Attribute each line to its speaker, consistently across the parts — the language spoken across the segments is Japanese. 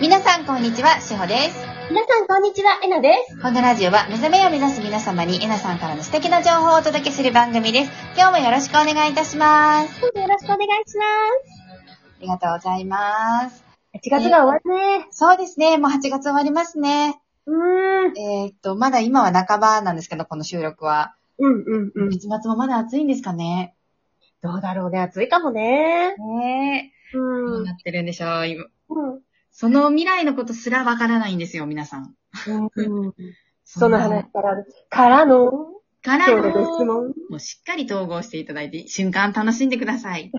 Speaker 1: 皆さんこんにちは、しほです。
Speaker 2: 皆さん、こんにちは。えなです。
Speaker 1: このラジオは目覚めを目指す皆様にえなさんからの素敵な情報をお届けする番組です。今日もよろしくお願いいたします。
Speaker 2: どうぞよろしくお願いします。
Speaker 1: ありがとうございます。
Speaker 2: 8月が終わるね。
Speaker 1: そうですね、もう8月終わりますね。
Speaker 2: うーん。
Speaker 1: えーっと、まだ今は半ばなんですけど、この収録は。
Speaker 2: うんうんうん。
Speaker 1: 月末もまだ暑いんですかね。
Speaker 2: どうだろうね。暑いかもね。
Speaker 1: ねえ。
Speaker 2: うん。
Speaker 1: ど
Speaker 2: う
Speaker 1: うんな。ってるんでしょう、今。
Speaker 2: うん
Speaker 1: その未来のことすらわからないんですよ、皆さん。
Speaker 2: その話から、からの、
Speaker 1: から
Speaker 2: 今日の
Speaker 1: の
Speaker 2: ご質問。
Speaker 1: もうしっかり統合していただいて、瞬間楽しんでくださ い。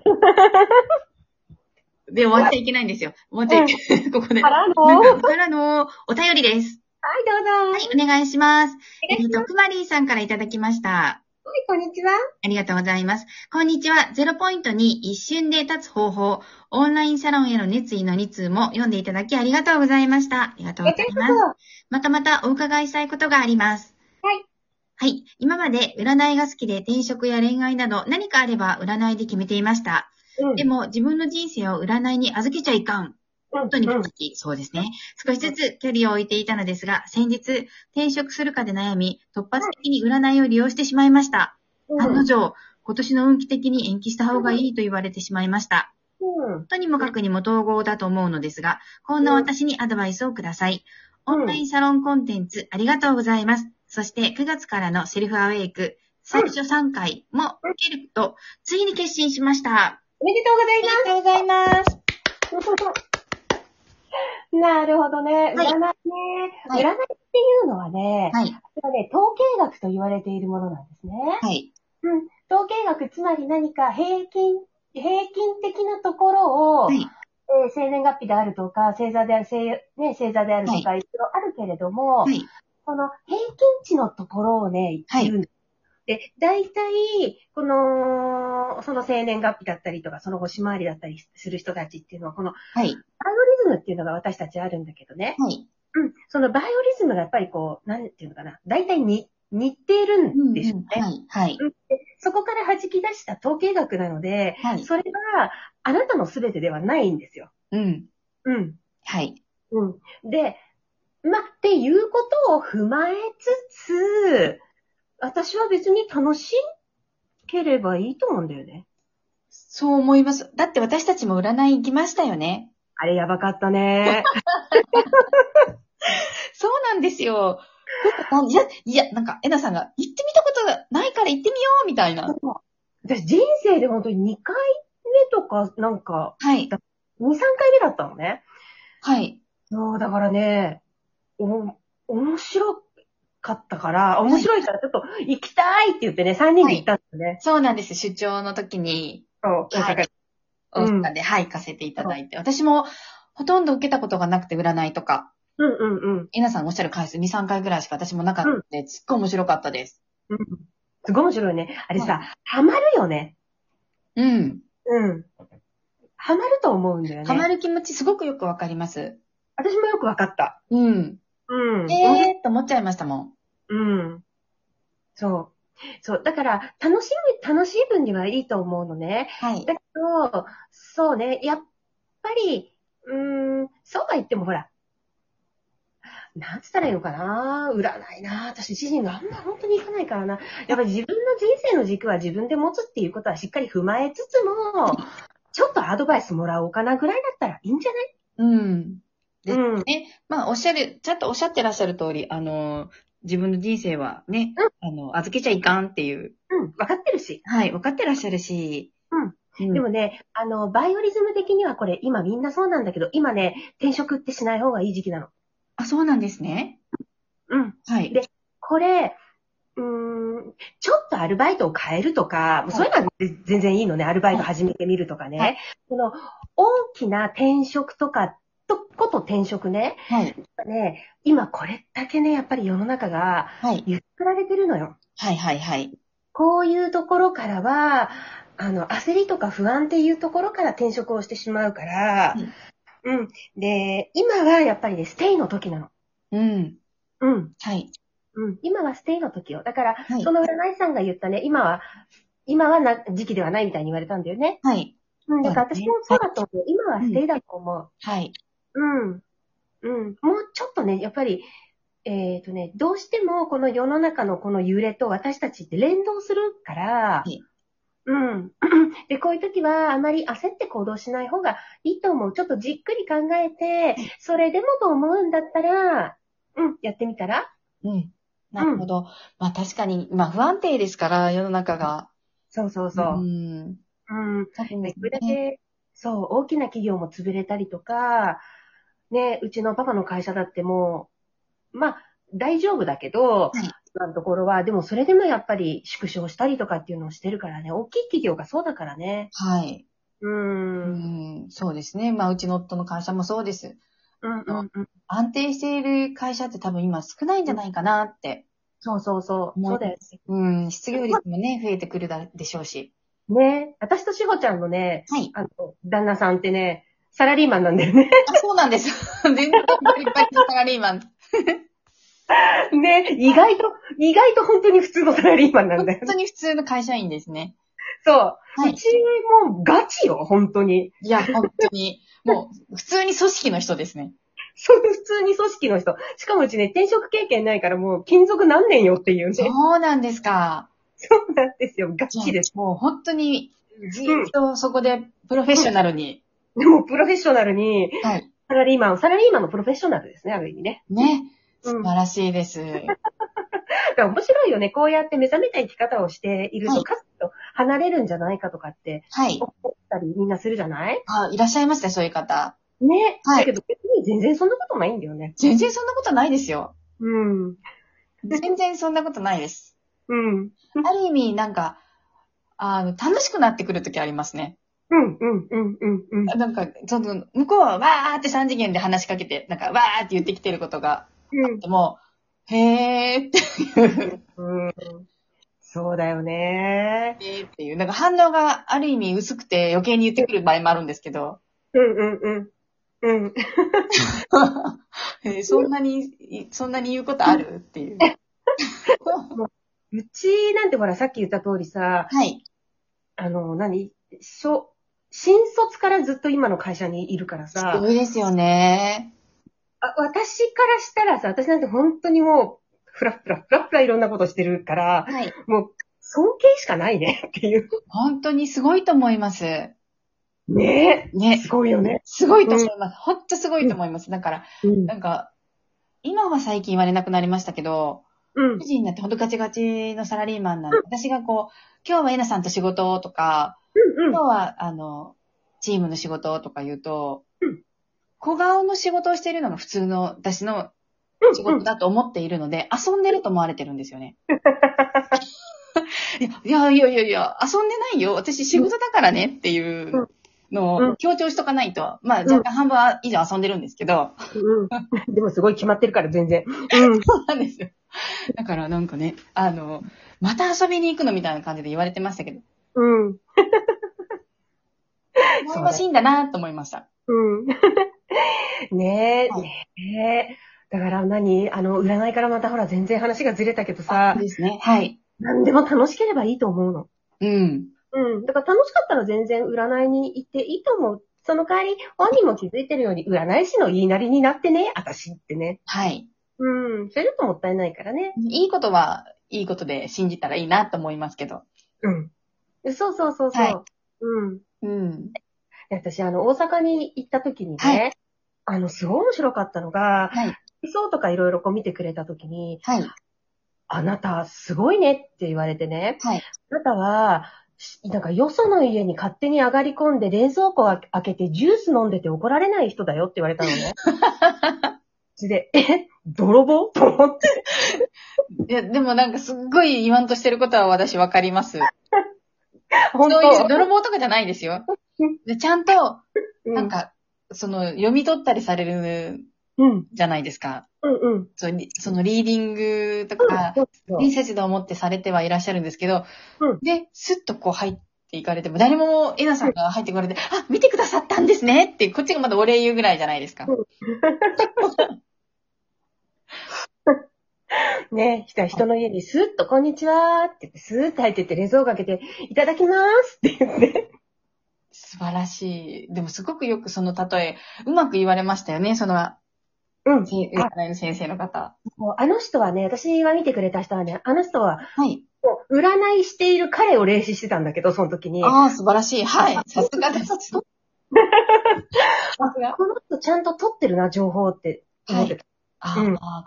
Speaker 1: で、終わっちゃいけないんですよ。終わっちゃいけない。 ここで。
Speaker 2: か
Speaker 1: な
Speaker 2: らの、
Speaker 1: ん
Speaker 2: はい、ど
Speaker 1: か、からのお便りです。
Speaker 2: うぞ。
Speaker 1: はい、お願いします。
Speaker 2: お
Speaker 1: え
Speaker 2: 願い
Speaker 1: っ
Speaker 2: します。
Speaker 1: と、くまりーさんからいただきました。
Speaker 2: はい、こんにちは。
Speaker 1: ありがとうございます。こんにちは。ゼロポイントに一瞬で立つ方法、オンラインサロンへの熱意の2通も読んでいただきありがとうございました。ありがとうございます。またまたお伺いしたいことがあります。
Speaker 2: はい。
Speaker 1: はい。今まで占いが好きで転職や恋愛など何かあれば占いで決めていました。
Speaker 2: うん
Speaker 1: でも自分の人生を占いに預けちゃいかん。
Speaker 2: うん
Speaker 1: とに
Speaker 2: う
Speaker 1: か
Speaker 2: ん
Speaker 1: く、そうですね。少しずつ距離を置いていたのですが、先日転職するかで悩み、突発的に占いを利用してしまいました。案の定、今年の運気的に延期した方がいいと言われてしまいました。
Speaker 2: うん。
Speaker 1: とにもかくにも統合だと思うのですが、こんな私にアドバイスをください。オンラインサロンコンテンツありがとうございます。そして9月からのセルフアウェイク、最初3回も受けると、ついに決心しました。
Speaker 2: おめでとうございます。
Speaker 1: とうございます。
Speaker 2: なるほどね。
Speaker 1: はい
Speaker 2: 占いね。
Speaker 1: はい
Speaker 2: 占いっていうのはね、
Speaker 1: はい。
Speaker 2: これはね、統計学と言われているものなんですね。
Speaker 1: はい。
Speaker 2: 統計学、つまり何か平均、平均的なところを、
Speaker 1: は
Speaker 2: 生
Speaker 1: い。
Speaker 2: えー生年月日であるとか、星座である、星ね、星座であるとか、い、ろいろあるけれども、
Speaker 1: はい。
Speaker 2: この平均値のところをね、
Speaker 1: はい
Speaker 2: 言うんですで、大体、この、その生年月日だったりとか、その星回りだったりする人たちっていうのは、この
Speaker 1: はい。
Speaker 2: バイオリズムっていうのが私たちあるんだけどね。
Speaker 1: はい。
Speaker 2: うん。そのバイオリズムがやっぱりこう、なんていうのかな。大体に、似ているんでしょうね。
Speaker 1: はい。はい。
Speaker 2: そこから弾き出した統計学なので、
Speaker 1: はい。
Speaker 2: それがあなたの全てではないんですよ。
Speaker 1: うん。
Speaker 2: うん。
Speaker 1: はい。
Speaker 2: うん。で、ま、っていうことを踏まえつつ、私は別に楽しければいいと思うんだよね。
Speaker 1: そう思います。だって私たちも占い行きましたよね。
Speaker 2: あれやばかったね。
Speaker 1: そうなんですよ。なんかいや、いや、なんか、えなさんが、行ってみたことがないから行ってみようみたいな。
Speaker 2: 私人生で本当に2回目とか、なんか、
Speaker 1: はい。
Speaker 2: 2、3回目だったのね。
Speaker 1: はい。
Speaker 2: そう、だからね、お、面白かったから、面白いからちょっと行きたいって言ってね、3人で行ったんですよね。
Speaker 1: そうなんです。出張の時に、
Speaker 2: そう
Speaker 1: はい
Speaker 2: 大阪
Speaker 1: 大阪で、はい、行かせていただいて。私も、ほとんど受けたことがなくて、占いとか。
Speaker 2: うんうんうん。
Speaker 1: えなさんおっしゃる回数2、3回ぐらいしか私もなかったので、すっごい面白かったです。
Speaker 2: うんすごい面白いね。あれ
Speaker 1: は
Speaker 2: さ、ハマるよね。
Speaker 1: うん。
Speaker 2: うん。ハマると思うんだよね。
Speaker 1: ハマる気持ちすごくよくわかります。
Speaker 2: 私もよくわかった。
Speaker 1: うん。
Speaker 2: うん。
Speaker 1: えーっと思っちゃいましたもん。
Speaker 2: うん。そう。そう。だから、楽しむ、楽しい分にはいいと思うのね。
Speaker 1: はい。
Speaker 2: だけど、そうね、やっぱり、うーん、そうは言ってもほら、なんつったらいいのかな占いな私自身があんま本当にいかないからな。やっぱり自分の人生の軸は自分で持つっていうことはしっかり踏まえつつも、ちょっとアドバイスもらおうかなぐらいだったらいいんじゃない
Speaker 1: うん。です
Speaker 2: うん。
Speaker 1: ね、まあ、おっしゃる、ちゃんとおっしゃってらっしゃる通り、あの、自分の人生はね、あの、預けちゃいかんっていう、
Speaker 2: うん、わかってるし。
Speaker 1: はい、分かってらっしゃるし、うん。
Speaker 2: でもね、あの、バイオリズム的にはこれ、今みんなそうなんだけど、今ね、転職ってしない方がいい時期なの。
Speaker 1: あ、そうなんですね。
Speaker 2: うん。
Speaker 1: はい。
Speaker 2: でこれ、うーん、ちょっとアルバイトを変えるとか、もうそういうのは全然いいのね。アルバイト始めてみるとか
Speaker 1: は
Speaker 2: ね。その、大きな転職とか、とこと転職ね。
Speaker 1: はい。
Speaker 2: ね、今これだけね、やっぱり世の中が
Speaker 1: はい。
Speaker 2: 言ってられてるのよ。
Speaker 1: はい、はい、はい。
Speaker 2: こういうところからは、あの、焦りとか不安っていうところから転職をしてしまうから、うん、で、今はやっぱりね、ステイの時なの。
Speaker 1: うん。
Speaker 2: うん。
Speaker 1: はい。
Speaker 2: うん。今はステイの時よ。だから、
Speaker 1: はい
Speaker 2: そ。の占い師さんが言ったね、今は、今はな、時期ではないみたいに言われたんだよね。
Speaker 1: はい。
Speaker 2: うん。だから
Speaker 1: そうだね
Speaker 2: 私もそうだと思う。今はステイだと思う。
Speaker 1: はい。
Speaker 2: うん。うん。もうちょっとね、やっぱり、えっ、とね、どうしてもこの世の中のこの揺れと私たちって連動するから、
Speaker 1: はい
Speaker 2: うん。 で、こういう時はあまり焦って行動しない方がいいと思う。ちょっとじっくり考えて、それでもと思うんだったら、うん、やってみたら
Speaker 1: うん。なるほど。まあ確かに、まあ不安定ですから、世の中が。
Speaker 2: そうそうそう。
Speaker 1: ん。
Speaker 2: うん。
Speaker 1: そう
Speaker 2: で
Speaker 1: です
Speaker 2: これだ
Speaker 1: ね。
Speaker 2: け、そう、大きな企業も潰れたりとか、ね、うちのパパの会社だってもう、まあ、大丈夫だけど、
Speaker 1: い
Speaker 2: 今のところは、でもそれでもやっぱり縮小したりとかっていうのをしてるからね、大きい企業がそうだからね。
Speaker 1: はい。
Speaker 2: う。
Speaker 1: うん
Speaker 2: うん、
Speaker 1: ん。そうですね。まあうちの夫の会社もそうです。
Speaker 2: うん、うん。
Speaker 1: 安定している会社って多分今少ないんじゃないかなって。
Speaker 2: そうそうそ
Speaker 1: 思い
Speaker 2: う。そ
Speaker 1: ま
Speaker 2: うだよ。
Speaker 1: うん。失業率もね、増えてくるだでしょうし。
Speaker 2: ね。私としほちゃんのね、
Speaker 1: はい。
Speaker 2: あの、旦那さんってね、サラリーマンなんだよね。
Speaker 1: あそうなんです。 全然バリバリのサラリーマン。
Speaker 2: ね。意外と、意外と本当に普通のサラリーマンなんだ
Speaker 1: 本
Speaker 2: よね。
Speaker 1: 当に普通の会社員ですね。
Speaker 2: そう。
Speaker 1: は
Speaker 2: う
Speaker 1: い。
Speaker 2: ちもガチよ、本当に。
Speaker 1: いや、本当に。もう、普通に組織の人ですね。
Speaker 2: そう、普通に組織の人。しかもうちね、転職経験ないからもう勤続何年よっていうね。
Speaker 1: そ
Speaker 2: そう
Speaker 1: うなんですか。
Speaker 2: そうなんですよ。ガ
Speaker 1: じゃあ
Speaker 2: チです。
Speaker 1: もう本当に、ずっ
Speaker 2: うん
Speaker 1: とそこでプロフェッショナルに。
Speaker 2: でもプロフェッショナルに、
Speaker 1: はい。
Speaker 2: サラリーマン、サラリーマンのプロフェッショナルですね、ある意味ね。
Speaker 1: ね。
Speaker 2: う
Speaker 1: 素
Speaker 2: ん
Speaker 1: 晴らしいです。は
Speaker 2: だから面白いよね。こうやって目覚めた生き方をしている
Speaker 1: は
Speaker 2: と、
Speaker 1: い
Speaker 2: 家族と離れるんじゃないかとかって
Speaker 1: い。
Speaker 2: 思ったりみんなするじゃない
Speaker 1: あ、いらっしゃいました、そういう方。
Speaker 2: ね。
Speaker 1: はい
Speaker 2: だけど別に全然そんなことないんだよね。
Speaker 1: 全然そんなことないですよ。
Speaker 2: うん。
Speaker 1: 全然そんなことないです。
Speaker 2: うん。
Speaker 1: ある意味、なんか、あの、楽しくなってくるときありますね。
Speaker 2: うん、うん、うん、うん、うん。
Speaker 1: なんか、その、向こうはわーって三次元で話しかけて、なんか、わーって言ってきてることが、
Speaker 2: うん
Speaker 1: でも、へーっていう、
Speaker 2: うん。そうだよね。
Speaker 1: へーっていう、なんか反応がある意味薄くて余計に言ってくる場合もあるんですけど、
Speaker 2: うんうんうん。うん。
Speaker 1: えーそんなに、いそんなに言うことあるっていう。
Speaker 2: うちなんてほら、さっき言った通りさ、
Speaker 1: はい。
Speaker 2: あの、何小、新卒からずっと今の会社にいるから
Speaker 1: す
Speaker 2: さ、
Speaker 1: ごいですよね。
Speaker 2: あ私からしたらさ、私なんて本当にもう、ふらふらふらふらいろんなことしてるから、
Speaker 1: はい。
Speaker 2: もう、尊敬しかないねっていう。
Speaker 1: 本当にすごいと思います。
Speaker 2: ねえ。
Speaker 1: ね。
Speaker 2: すごいよね。
Speaker 1: すごいと思います。本当すごいと思います。だから、
Speaker 2: うん。
Speaker 1: なんか、今は最近言われなくなりましたけど、
Speaker 2: うん
Speaker 1: 主。人になってほんとガチガチのサラリーマンなんで、私がこう、今日はえなさんと仕事とか、
Speaker 2: うん。
Speaker 1: 今日は、あの、チームの仕事とか言うと
Speaker 2: うん、
Speaker 1: 小顔の仕事をしているのが普通の私の仕
Speaker 2: うん。う
Speaker 1: 事
Speaker 2: ん。
Speaker 1: だと思っているので、遊んでると思われてるんですよ ね。いやいやいやいや、遊んでないよ。私仕事だからねっていうの
Speaker 2: う
Speaker 1: を強調しとかないと、まあ
Speaker 2: うん
Speaker 1: 若干半分以上遊んでるんですけど、
Speaker 2: うんでもすごい決まってるから、全然。うん。
Speaker 1: そうなんですよ。だからなんかね、あの、また遊びに行くのみたいな感じで言われてましたけど、
Speaker 2: うん。
Speaker 1: 羨ましいんだなと思いました。
Speaker 2: うん。 ねえ、
Speaker 1: はい
Speaker 2: ねえ。だから何あの、占いからまたほら、全然話がずれたけどさ
Speaker 1: そう、ですね。はい。
Speaker 2: 何でも楽しければいいと思うの。
Speaker 1: うん。
Speaker 2: うん。だから楽しかったら全然占いに行っていいと思う。その代わり、本人も気づいてるように、占い師の言いなりになってね、私ってね。
Speaker 1: はい。
Speaker 2: うん。それだともったいないからね。
Speaker 1: いいことは、いいことで信じたらいいなと思いますけど。
Speaker 2: うん。そうそうそうそう。
Speaker 1: はい
Speaker 2: うん。
Speaker 1: うん。
Speaker 2: で私、あの、大阪に行った時にね、
Speaker 1: は
Speaker 2: あの、すごい面白かったのが、
Speaker 1: はい。
Speaker 2: 服装とかいろいろこう見てくれた時に、
Speaker 1: はい。
Speaker 2: あなた、すごいねって言われてね。
Speaker 1: はい。
Speaker 2: あなたは、しなんかよその家に勝手に上がり込んで冷蔵庫を開けてジュース飲んでて怒られない人だよって言われた のね。それで、え泥棒 と思って。
Speaker 1: いや、でもなんかすっごい言わんとしてることは私わかります。
Speaker 2: 本
Speaker 1: そういう
Speaker 2: 当
Speaker 1: 泥棒とかじゃないですよ。でちゃんと、
Speaker 2: うん
Speaker 1: なんか、その、読み取ったりされる
Speaker 2: うん、
Speaker 1: じゃないですか。
Speaker 2: うん、うん。
Speaker 1: そうリそのリーディングとか、
Speaker 2: そうそう
Speaker 1: 親切度を持ってされてはいらっしゃるんですけど、
Speaker 2: うん
Speaker 1: で、スッとこう入っていかれても、誰もエナさんが入ってこられて、あ、見てくださったんですねって、こっちがまだお礼言うぐらいじゃないですか。
Speaker 2: うね、人人の家にスッと、こんにちはって言って、スーッと入ってって冷蔵庫開けて、いただきますって言って。
Speaker 1: 素晴らしい。でもすごくよくその例え、うまく言われましたよね。その、
Speaker 2: うん。
Speaker 1: せい占いの先生の方。
Speaker 2: もうあの人はね、私は見てくれた人はね、あの人は、
Speaker 1: はい。
Speaker 2: もう占いしている彼を霊視してたんだけど、その時に。こ
Speaker 1: ああ、素晴らしい。はい。さすがです。さすが。
Speaker 2: の人ちゃんと取ってるな、情報って思ってた。
Speaker 1: あ
Speaker 2: うん
Speaker 1: ーあ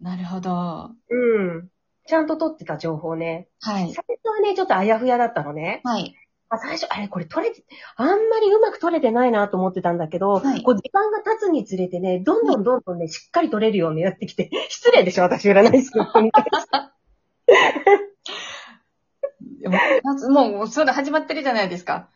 Speaker 1: ー、なるほど。
Speaker 2: うん。ちゃんと取ってた情報ね。
Speaker 1: はい
Speaker 2: 最。初はね、ちょっとあやふやだったのね。
Speaker 1: はい。
Speaker 2: あ最初、あれ、これ取れて、あんまりうまく取れてないなと思ってたんだけど、
Speaker 1: はい
Speaker 2: こう時間が経つにつれてね、どんどんどんどんね、しっかり取れるようになってき て、失礼でしょ、私占い師の 人に対して。
Speaker 1: もう、もうそれ始まってるじゃないですか。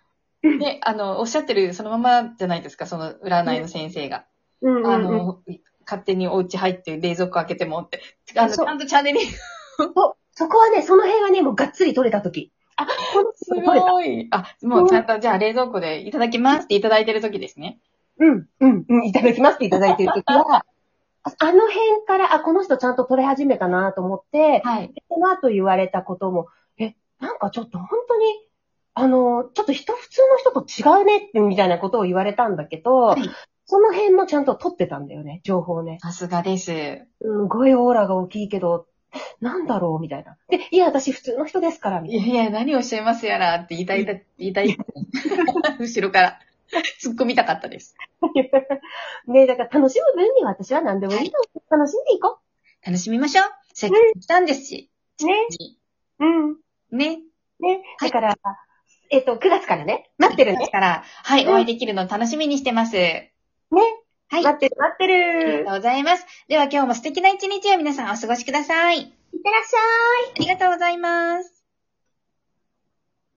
Speaker 1: で、あの、おっしゃってるそのままじゃないですか、その占いの先生が。
Speaker 2: うんうんうん
Speaker 1: あの、勝手にお家入って冷蔵庫開けてもって。あの、ち
Speaker 2: そう
Speaker 1: ゃんとチャンネルに。す
Speaker 2: そうそこはね、その辺はね、もうがっつり取れたとき。あ、この人取れた。
Speaker 1: ごい。あ、もうちゃんと、じゃあ冷蔵庫でいただきますっていただいてる時ですね。
Speaker 2: うん、うん、うん、いただきますっていただいてると きは、ああの辺から、あ、この人ちゃんと取れ始めたなと思って、
Speaker 1: はい。
Speaker 2: その後言われたことも、え、なんかちょっと本当に、あの、ちょっと人、普通の人と違うねって、みたいなことを言われたんだけど、
Speaker 1: はい
Speaker 2: その辺もちゃんと取ってたんだよね、情報をね。
Speaker 1: さすがです。
Speaker 2: すごいオーラが大きいけど、なんだろうみたいな。で、いや、私普通の人ですから、みた
Speaker 1: い
Speaker 2: い
Speaker 1: やいや、何をおっしゃいますやらって言いたい、言いたい。 後ろから。突っ込みたかったです。
Speaker 2: な。ね、だから楽しむ分には私は何でもいいと思う楽しんでいこ
Speaker 1: 楽しみましょう。せっかく来たんですし。
Speaker 2: う。ね。うん。
Speaker 1: ね。
Speaker 2: ね。
Speaker 1: はい
Speaker 2: だから、えっと、9月からね、待ってる
Speaker 1: です
Speaker 2: ね。
Speaker 1: から、はい、
Speaker 2: うん
Speaker 1: お会いできるのを楽しみにしてます。ね。はい。
Speaker 2: 待
Speaker 1: あ
Speaker 2: ってる、待って
Speaker 1: り
Speaker 2: る。
Speaker 1: がとうございます。では今日も素敵な一日を皆さんお過ごしください。
Speaker 2: いってらっし
Speaker 1: あ
Speaker 2: ゃい。
Speaker 1: りがとうございます。